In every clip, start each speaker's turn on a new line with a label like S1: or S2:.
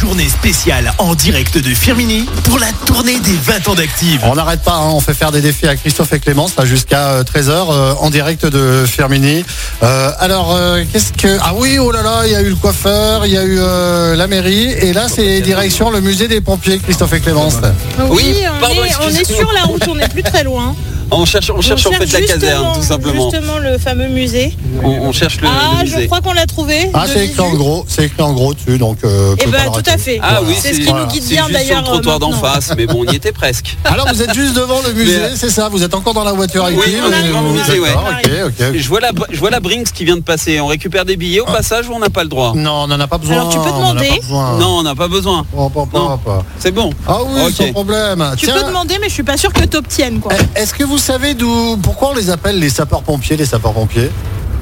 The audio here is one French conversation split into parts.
S1: tournée spéciale en direct de Firmini pour la tournée des 20 ans d'Active.
S2: On n'arrête pas, hein, on fait faire des défis à Christophe et Clémence là jusqu'à euh, 13h en direct de Firmini. Euh, alors euh, qu'est-ce que Ah oui, oh là là, il y a eu le coiffeur, il y a eu euh, la mairie et là c'est direction le musée des pompiers Christophe et Clémence.
S3: Oui,
S4: Oui, on,
S3: pardon,
S4: est, on est
S3: excusez-moi.
S4: sûr là, on tourne plus très loin.
S3: On cherche, on cherche
S4: On
S3: en fait la
S4: justement-
S3: caserne, tout simplement.
S4: Justement le fameux musée.
S3: On, on cherche le,
S4: ah,
S3: le
S4: je
S3: musée.
S4: crois qu'on l'a trouvé.
S2: Ah,
S4: de
S2: c'est
S4: visu.
S2: écrit en gros, c'est écrit en gros dessus donc euh,
S4: Eh
S2: peut
S4: ben,
S2: pas le
S4: tout
S2: rater.
S4: à fait.
S3: Ah oui,
S4: C'est ce qui nous guide
S3: c'est
S4: bien,
S3: juste sur
S4: d'ailleurs, euh,
S3: le trottoir d'en
S4: maintenant.
S3: face, mais bon, on y était presque.
S2: Alors vous êtes juste devant le musée,
S3: Mais- euh,
S2: c'est ça Vous êtes encore dans la voiture avec
S3: Oui,
S2: lui,
S3: on arrive,
S2: vous-
S3: on arrive,
S2: d'accord, ok, ok.
S3: Je vois la, je vois la Brinks qui vient de passer. On récupère des billets au
S2: Ah.
S3: passage ou on n'a pas le droit
S2: Non, on n'en a pas besoin.
S4: Alors, tu peux
S2: on en a
S4: demander.
S2: pas besoin.
S3: Non, on n'a pas besoin.
S2: Bon, bon, bon,
S3: Non.
S2: pas.
S3: C'est bon.
S2: Ah oui,
S3: Ok.
S2: sans problème.
S4: Tu
S2: Tiens,
S4: peux demander, mais je suis pas sûr que t'obtiennes quoi.
S2: eh, est-ce que vous savez d'où pourquoi on les appelle les sapeurs-pompiers, les sapeurs-pompiers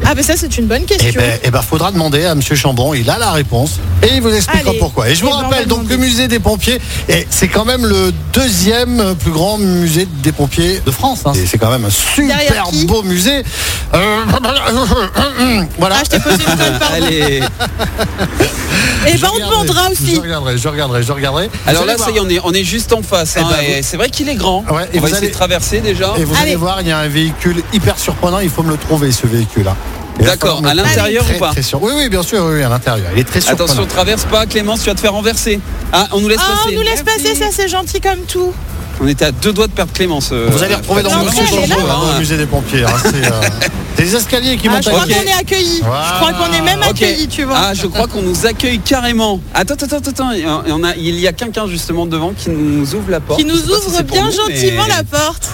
S4: Ah, mais ça, c'est une bonne question.
S2: Eh ben, eh ben, faudra demander à Monsieur Chambon. Il a la réponse et il vous expliquera
S4: Allez.
S2: pourquoi. Et je vous
S4: Eh ben, on
S2: rappelle
S4: va
S2: donc le
S4: demander.
S2: musée des pompiers. Et c'est quand même le deuxième plus grand musée des pompiers de France. hein. C'est- C'est quand même un
S4: Derrière
S2: super
S4: qui
S2: beau musée. Euh, voilà.
S4: Ah, je t'ai posé une bonne part.
S3: Allez.
S4: Eh
S2: Je
S4: ben, on
S2: regarderai,
S4: demandera aussi.
S2: Je regarderai, je regarderai, je regarderai.
S3: Alors
S2: Vous
S3: là,
S2: allez
S3: ça y est,
S2: voir.
S3: on est, on est juste en face.
S2: Eh
S3: hein,
S2: ben,
S3: et C'est vrai qu'il est grand.
S2: Ouais, et
S3: on
S2: vous
S3: va essayer
S2: allez-
S3: de traverser déjà.
S2: Et vous allez
S4: Allez.
S2: voir, il y a un véhicule hyper surprenant. Il faut me le trouver, ce véhicule-là. Il va
S3: D'accord,
S2: falloir me
S3: à
S2: le trouver.
S3: l'intérieur ou
S2: Très,
S3: pas
S2: très sûr. Oui, oui, bien sûr, oui, oui, à l'intérieur. Il est très surprenant.
S3: Attention, traverse pas, Clémence, tu vas te faire renverser. Ah, on nous laisse
S4: Ah, on
S3: passer.
S4: nous laisse
S3: Merci.
S4: passer, ça, c'est gentil comme tout.
S3: On était à deux doigts de perdre Clémence. euh,
S2: Vous allez retrouver dans
S4: Non,
S2: le
S4: mais
S2: musée,
S4: elle est là.
S2: Jean-Paul, hein, au musée des pompiers. hein, c'est, euh, c'est les escaliers qui
S4: Ah,
S2: montent
S4: je
S2: à
S4: crois
S3: Ok.
S4: qu'on est accueillis.
S2: Voilà.
S4: Je crois qu'on est même
S3: Ok.
S4: accueillis, tu vois.
S3: Ah, je crois qu'on nous accueille carrément. Attends, attends, attends, attends. Il y en a- il y a quelqu'un justement devant qui nous ouvre la porte.
S4: Qui
S3: Je
S4: nous
S3: sais pas si
S4: ouvre
S3: c'est pour
S4: bien
S3: nous, mais-
S4: gentiment la porte.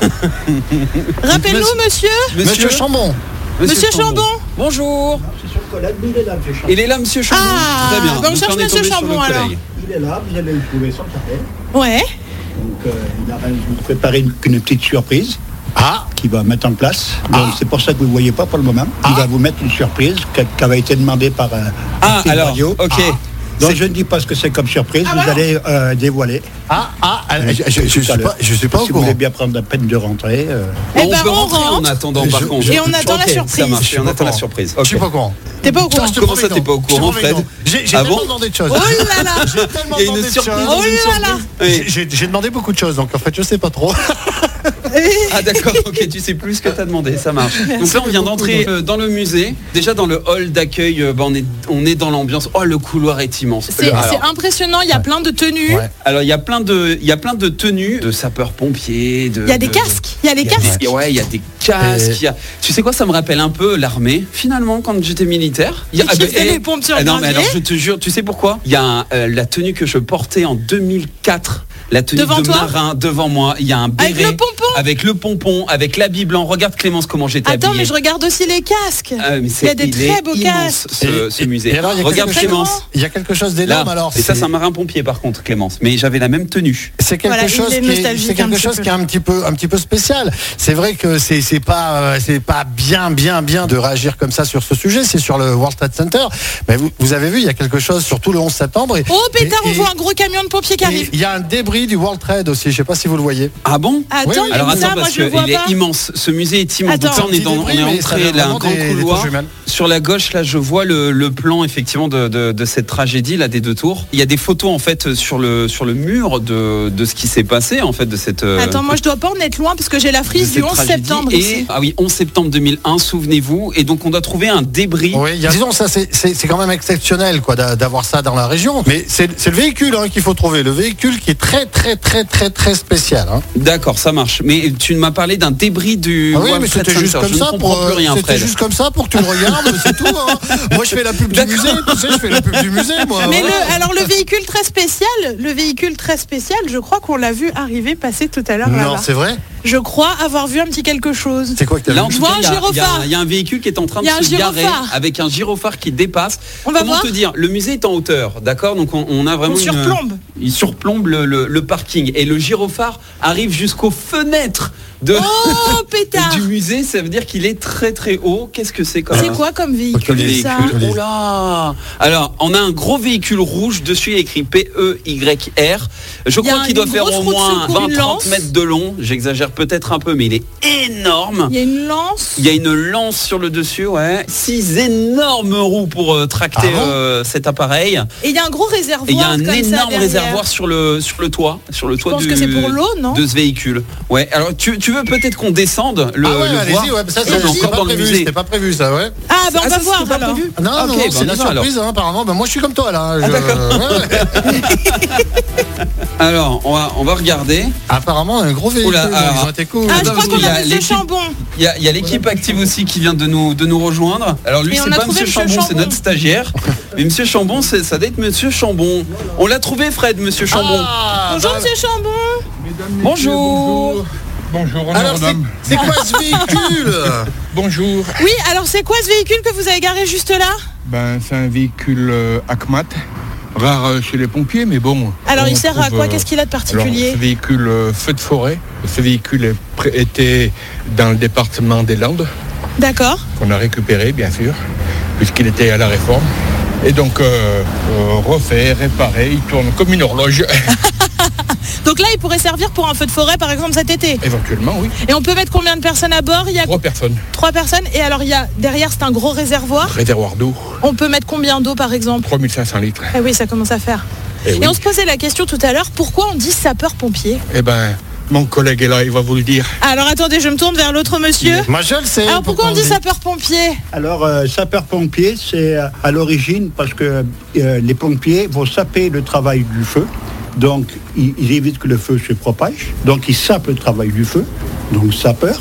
S4: Rappelle-nous, monsieur.
S2: Monsieur
S3: Monsieur,
S2: Chambon,
S4: Monsieur Chambon.
S3: Bonjour.
S5: Il
S3: Il est
S5: est là, monsieur Chambon.
S3: là, Monsieur Chambon.
S4: Ah,
S3: Très bien.
S4: ben, on
S3: Donc,
S4: cherche
S3: est
S4: Monsieur
S3: tombé sur le
S4: Chambon, alors.
S3: collègue.
S5: Il est là, vous allez le trouver sans tarder.
S4: Ouais.
S5: Donc, euh, il a vous préparé une, une petite surprise
S2: ah,
S5: qui va mettre en place.
S3: Ah.
S5: Donc, c'est pour ça que vous ne voyez pas pour le moment. Il va vous mettre une surprise qui qui avait été demandée par euh,
S3: Ah,
S5: Active
S3: alors,
S5: Radio.
S3: ok. Ah,
S5: Donc, je ne dis pas ce que c'est comme surprise. vous allez euh, dévoiler.
S2: ah, ah, ah, je, je, je
S5: tout à
S2: suis pas,
S5: l'heure.
S2: je suis pas au
S5: si vous voulez
S2: courant.
S5: bien prendre la peine de rentrer. euh,
S4: Eh
S3: on
S4: ben,
S3: peut
S4: on
S3: rentrer en
S4: rentre.
S3: attendant, par
S2: Je-
S3: contre.
S4: Et on attend la
S3: Ok, Ça
S4: surprise.
S2: Je
S3: marche,
S2: suis
S3: on
S2: pas au
S3: attend la
S2: courant.
S3: surprise.
S2: Je suis
S3: Ok.
S2: pas au courant.
S4: T'es pas au courant.
S2: Je te
S3: Comment
S2: promets
S3: ça, t'es
S2: non.
S3: pas au
S2: Je te
S3: courant,
S2: promets non.
S3: Fred
S2: J'ai j'ai
S3: Ah
S2: tellement
S3: bon
S2: demandé de choses.
S4: Oh là là
S2: J'ai tellement
S3: Il y a
S2: demandé
S3: une
S2: de
S3: surprise.
S2: choses.
S4: Oh là là
S2: J'ai- J'ai j'ai demandé beaucoup de choses, donc en fait, je sais pas trop.
S3: Ah d'accord, ok, tu sais plus ce que t'as demandé, ça marche. Donc là, on vient d'entrer euh, dans le musée. Déjà dans le hall d'accueil, euh, bah, on, est, on est dans l'ambiance. Oh, le couloir est immense.
S4: C'est
S3: Le-
S4: c'est
S3: alors,
S4: impressionnant, il y a plein de tenues.
S2: Ouais.
S3: alors, il y a plein de, il y a plein de tenues, de sapeurs-pompiers. de-
S4: Il y a des
S3: de-
S4: casques, il y a des
S3: Euh, Il y a des-
S4: casques.
S3: ouais, il y a des
S2: Eh.
S3: casques. il y a- Tu sais quoi, ça me rappelle un peu l'armée. Finalement, quand j'étais militaire, il y a-
S4: Et qui faisait
S3: eh,
S4: les pompes sur
S3: ah non,
S4: le
S3: mais
S4: gravier.
S3: alors je te jure, tu sais pourquoi Il y a un, euh, la tenue que je portais en 2004. La tenue
S4: Devant
S3: de
S4: toi
S3: marin devant moi, il y a un béret
S4: Avec le pompon.
S3: avec le pompon, avec l'habit blanc. Regarde Clémence comment j'étais habillé.
S4: Attends, mais je regarde aussi les casques.
S3: Ah, mais
S4: Il y a des
S3: est
S4: très beaux
S3: immense,
S4: casques.
S3: ce, ce
S2: Et-
S3: musée.
S2: et alors, il y a
S3: Regarde
S2: quelque
S4: chose-
S3: Clémence.
S2: Il y a quelque chose
S3: Là,
S2: d'énorme alors.
S3: et ça
S2: c'est-
S3: c'est un marin pompier par contre Clémence. Mais j'avais la même tenue.
S2: C'est quelque
S4: Voilà, il
S2: chose,
S4: est
S2: qui est,
S4: nostalgique
S2: c'est
S4: un
S2: quelque
S4: petit
S2: chose
S4: peu.
S2: qui est un petit peu, un petit peu spécial. C'est vrai que c'est, c'est pas, euh, c'est pas bien, bien, bien de réagir comme ça sur ce sujet. C'est sur le World Trade Center. Mais vous, vous avez vu, il y a quelque chose, surtout le 11 septembre. Et,
S4: Oh pétard,
S2: et-
S4: on
S2: et-
S4: voit un gros camion de pompiers qui
S2: et
S4: arrive.
S2: Il y a un débris du World Trade aussi. Je sais pas si vous le voyez.
S3: Ah bon
S2: Oui,
S4: Attends,
S2: oui.
S4: mais
S3: Alors
S4: ça,
S3: attends
S4: moi
S3: parce
S4: je
S3: qu'il
S4: le vois
S3: est
S4: pas.
S3: immense. Ce musée est immense. Donc
S4: Attends,
S3: là, on est
S2: petit
S3: dans, on
S2: débris,
S3: est
S2: mais ça vient
S3: entré là, un
S2: vraiment
S3: grand
S2: des- des tours
S3: couloir.
S2: jumelles.
S3: Sur la gauche là, je vois le, le plan effectivement de, de- de cette tragédie là des deux tours. Il y a des photos en fait sur le sur le mur de, de ce qui s'est passé en fait de cette. euh,
S4: Attends, moi je dois pas en être loin parce que j'ai la
S3: de
S4: frise
S3: cette
S4: du 11
S3: tragédie.
S4: septembre
S3: et
S4: ici.
S3: ah oui 11 septembre 2001 souvenez-vous et donc on doit trouver un débris
S2: Oui, il y a- disons ça, c'est, c'est- c'est quand même exceptionnel quoi d'a- d'avoir ça dans la région. Mais c'est, c'est le véhicule hein, qu'il faut trouver, le véhicule qui est très, très, très, très, très spécial. hein.
S3: D'accord, ça marche. Mais tu m'as parlé d'un débris du.
S2: Ah oui,
S3: World
S2: mais
S3: Trade
S2: c'était juste
S3: Center.
S2: comme
S3: Je
S2: ça
S3: ne comprends
S2: pour euh,
S3: plus rien,
S2: c'était
S3: Fred.
S2: juste comme ça pour que tu le regardes, c'est tout. hein. Moi, je fais la pub du
S3: D'accord.
S2: musée, tu sais, je fais la pub du musée, moi.
S4: Mais
S2: ah, voilà.
S4: le, alors le véhicule très spécial, le véhicule très spécial, je crois qu'on l'a vu arriver passer tout à l'heure
S2: Non,
S4: là-bas.
S2: c'est vrai.
S4: Je crois avoir vu un petit quelque chose.
S2: C'est quoi que t'as
S3: Là, en
S2: vu
S3: tout
S4: vois
S3: cas,
S4: un
S3: il y a- il y, a
S4: gyrophare.
S3: un- il y a un véhicule qui est en train
S4: Il y a
S3: de
S4: un
S3: se garer
S4: gyrophare.
S3: avec un gyrophare qui dépasse.
S4: On va
S3: Comment
S4: voir.
S3: te dire Le musée est en hauteur, d'accord Donc on, on a vraiment.
S4: On
S3: une-
S4: surplombe.
S3: il surplombe le, le- le parking et le gyrophare arrive jusqu'aux fenêtres de.
S4: Oh pétard
S3: Du musée, ça veut dire qu'il est très très haut. Qu'est-ce que c'est comme
S4: C'est quoi comme
S3: comme
S4: véhicule ça
S3: véhicule Oh là Alors, on a un gros véhicule rouge dessus. dessus, il est écrit P-E-Y-R. Je
S4: Il y a
S3: crois qu'il doit
S4: une
S3: faire
S4: grosse
S3: au
S4: roue de
S3: moins
S4: secours, une
S3: 20-30
S4: lance.
S3: mètres de long. J'exagère peut-être un peu, mais il est énorme.
S4: Il y a une lance.
S3: Il y a une lance sur le dessus, ouais. Six énormes roues pour euh, tracter
S2: Ah bon
S3: euh, cet appareil.
S4: Et il y a un gros réservoir.
S3: Et il y a un
S4: comme ça
S3: énorme
S4: derrière.
S3: réservoir sur le, sur le toit, sur le
S4: Je
S3: toit
S4: pense
S3: du-
S4: que c'est pour l'eau, non
S3: de ce véhicule. Ouais. Alors tu, tu veux peut-être qu'on descende le,
S2: ah ouais,
S3: le voir
S2: allez-y, ouais, ça,
S3: On est
S2: c'est
S3: encore
S2: pas
S3: dans le
S2: prévu,
S3: musée.
S2: c'était pas prévu, ça, ouais.
S4: Ah, ben
S3: Ah,
S4: on va
S3: ça, c'était
S4: voir.
S3: pas
S4: alors.
S3: prévu
S2: Non,
S3: Ah,
S2: non, non,
S3: ok, bah, on
S2: c'est
S3: y
S2: la
S3: va, alors. Ah,
S2: surprise, hein, apparemment. Ben, moi, je suis comme toi, là. hein, je- ouais, ouais.
S3: Alors on va, on va regarder.
S2: Apparemment, un gros véhicule.
S3: Oula, alors.
S2: ils ont été cool.
S4: Ah, je
S3: Attends,
S4: crois
S3: parce qu'il
S4: qu'on
S3: y a
S4: a Monsieur
S3: l'équipe-
S4: Chambon.
S3: Il y a, il y a l'équipe active aussi qui vient de nous, de nous rejoindre. Alors lui
S4: Et on
S3: c'est
S4: a
S3: pas
S4: trouvé Monsieur
S3: Monsieur Chambon, c'est
S4: Chambon.
S3: notre stagiaire. Mais Monsieur Chambon, c'est- ça doit être Monsieur Chambon. On l'a trouvé Fred, Monsieur Chambon.
S2: Ah,
S4: Bonjour,
S2: bah,
S4: Monsieur Chambon.
S6: Mesdames, messieurs,
S3: Bonjour.
S6: Bonjour. Bonjour, honneur
S2: Alors, c'est-
S6: d'homme.
S2: c'est quoi ce véhicule
S6: Bonjour.
S4: Oui, alors c'est quoi ce véhicule que vous avez garé juste là
S6: Ben, c'est un véhicule euh, ACMAT, rare euh, chez les pompiers, mais bon.
S4: Alors
S6: on
S4: il sert à
S6: trouve,
S4: quoi
S6: euh,
S4: Qu'est-ce qu'il a de
S6: alors,
S4: particulier
S6: ce véhicule euh, feu de forêt, ce véhicule est pré- était dans le département des Landes,
S4: D'accord.
S6: qu'on a récupéré bien sûr, puisqu'il était à la réforme. Et donc euh, euh, refait, réparé, il tourne comme une horloge,
S4: Donc là, il pourrait servir pour un feu de forêt, par exemple, cet été.
S6: éventuellement oui,
S4: Et on peut mettre combien de personnes à bord Il y a
S6: trois personnes,
S4: trois personnes. Et alors, il y a derrière, c'est un gros réservoir.
S6: réservoir d'eau,
S4: On peut mettre combien d'eau, par exemple
S6: 3500 litres.
S4: Ah oui, ça commence à faire.
S6: Eh oui.
S4: Et on se posait la question tout à l'heure, pourquoi on dit sapeur-pompier
S6: Eh ben, mon collègue est là, il va vous le dire.
S4: Alors attendez, je me tourne vers l'autre monsieur.
S2: Moi, je le sais.
S4: Alors pourquoi on dit sapeur-pompier
S5: Alors, euh, sapeur-pompier, c'est euh, à l'origine parce que euh, les pompiers vont saper le travail du feu. Donc, ils, ils évitent que le feu se propage. Donc, ils sapent le travail du feu, donc sapeur.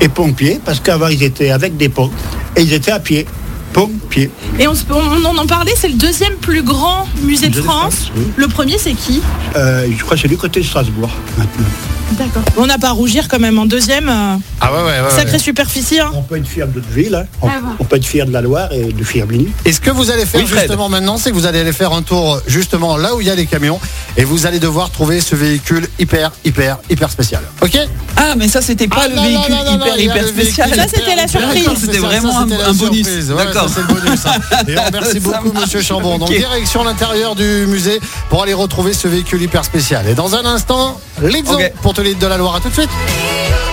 S5: Et pompier, parce qu'avant, ils étaient avec des pompes et ils étaient à pied. Pompiers.
S4: Et on, se- on- on en parlait, c'est le deuxième plus grand musée de
S5: Musée de
S4: France.
S5: France, oui.
S4: Le premier, c'est qui
S5: Euh, je crois que c'est du côté de Strasbourg maintenant.
S4: D'accord. On n'a pas à rougir quand même en deuxième. euh,
S2: Ah ouais, ouais, ouais, ouais.
S4: Sacrée superficie. hein.
S5: On peut être fier d'autres villes. hein. On,
S4: Ah bon.
S5: on peut être fier de la Loire et de Firmini.
S2: Et ce que vous allez faire
S3: Oui, Fred.
S2: justement maintenant, c'est que vous allez aller faire un tour euh, justement là où il y a les camions et vous allez devoir trouver ce véhicule hyper, hyper, hyper spécial. Ok
S3: Ah mais ça c'était pas
S2: Ah,
S3: le
S2: non,
S3: véhicule
S2: non, non, non,
S3: hyper
S2: il y a
S3: hyper
S2: le véhicule
S3: spécial.
S4: Ça, c'était
S2: hyper,
S4: la
S2: hyper
S4: surprise.
S2: spécial.
S3: C'était
S2: Ça,
S3: vraiment
S2: c'était
S3: un-
S2: la
S3: un bonus.
S2: surprise. Ouais,
S3: D'accord.
S2: ça, c'est le bonus. hein. Et on remercie
S3: Ça
S2: beaucoup
S3: marche.
S2: Monsieur Chambon. Donc
S3: Ok.
S2: direction l'intérieur du musée pour aller retrouver ce véhicule hyper spécial. Et dans un instant, Lizzo
S3: Ok.
S2: pour te de la Loire. À tout de suite.
S7: Thank you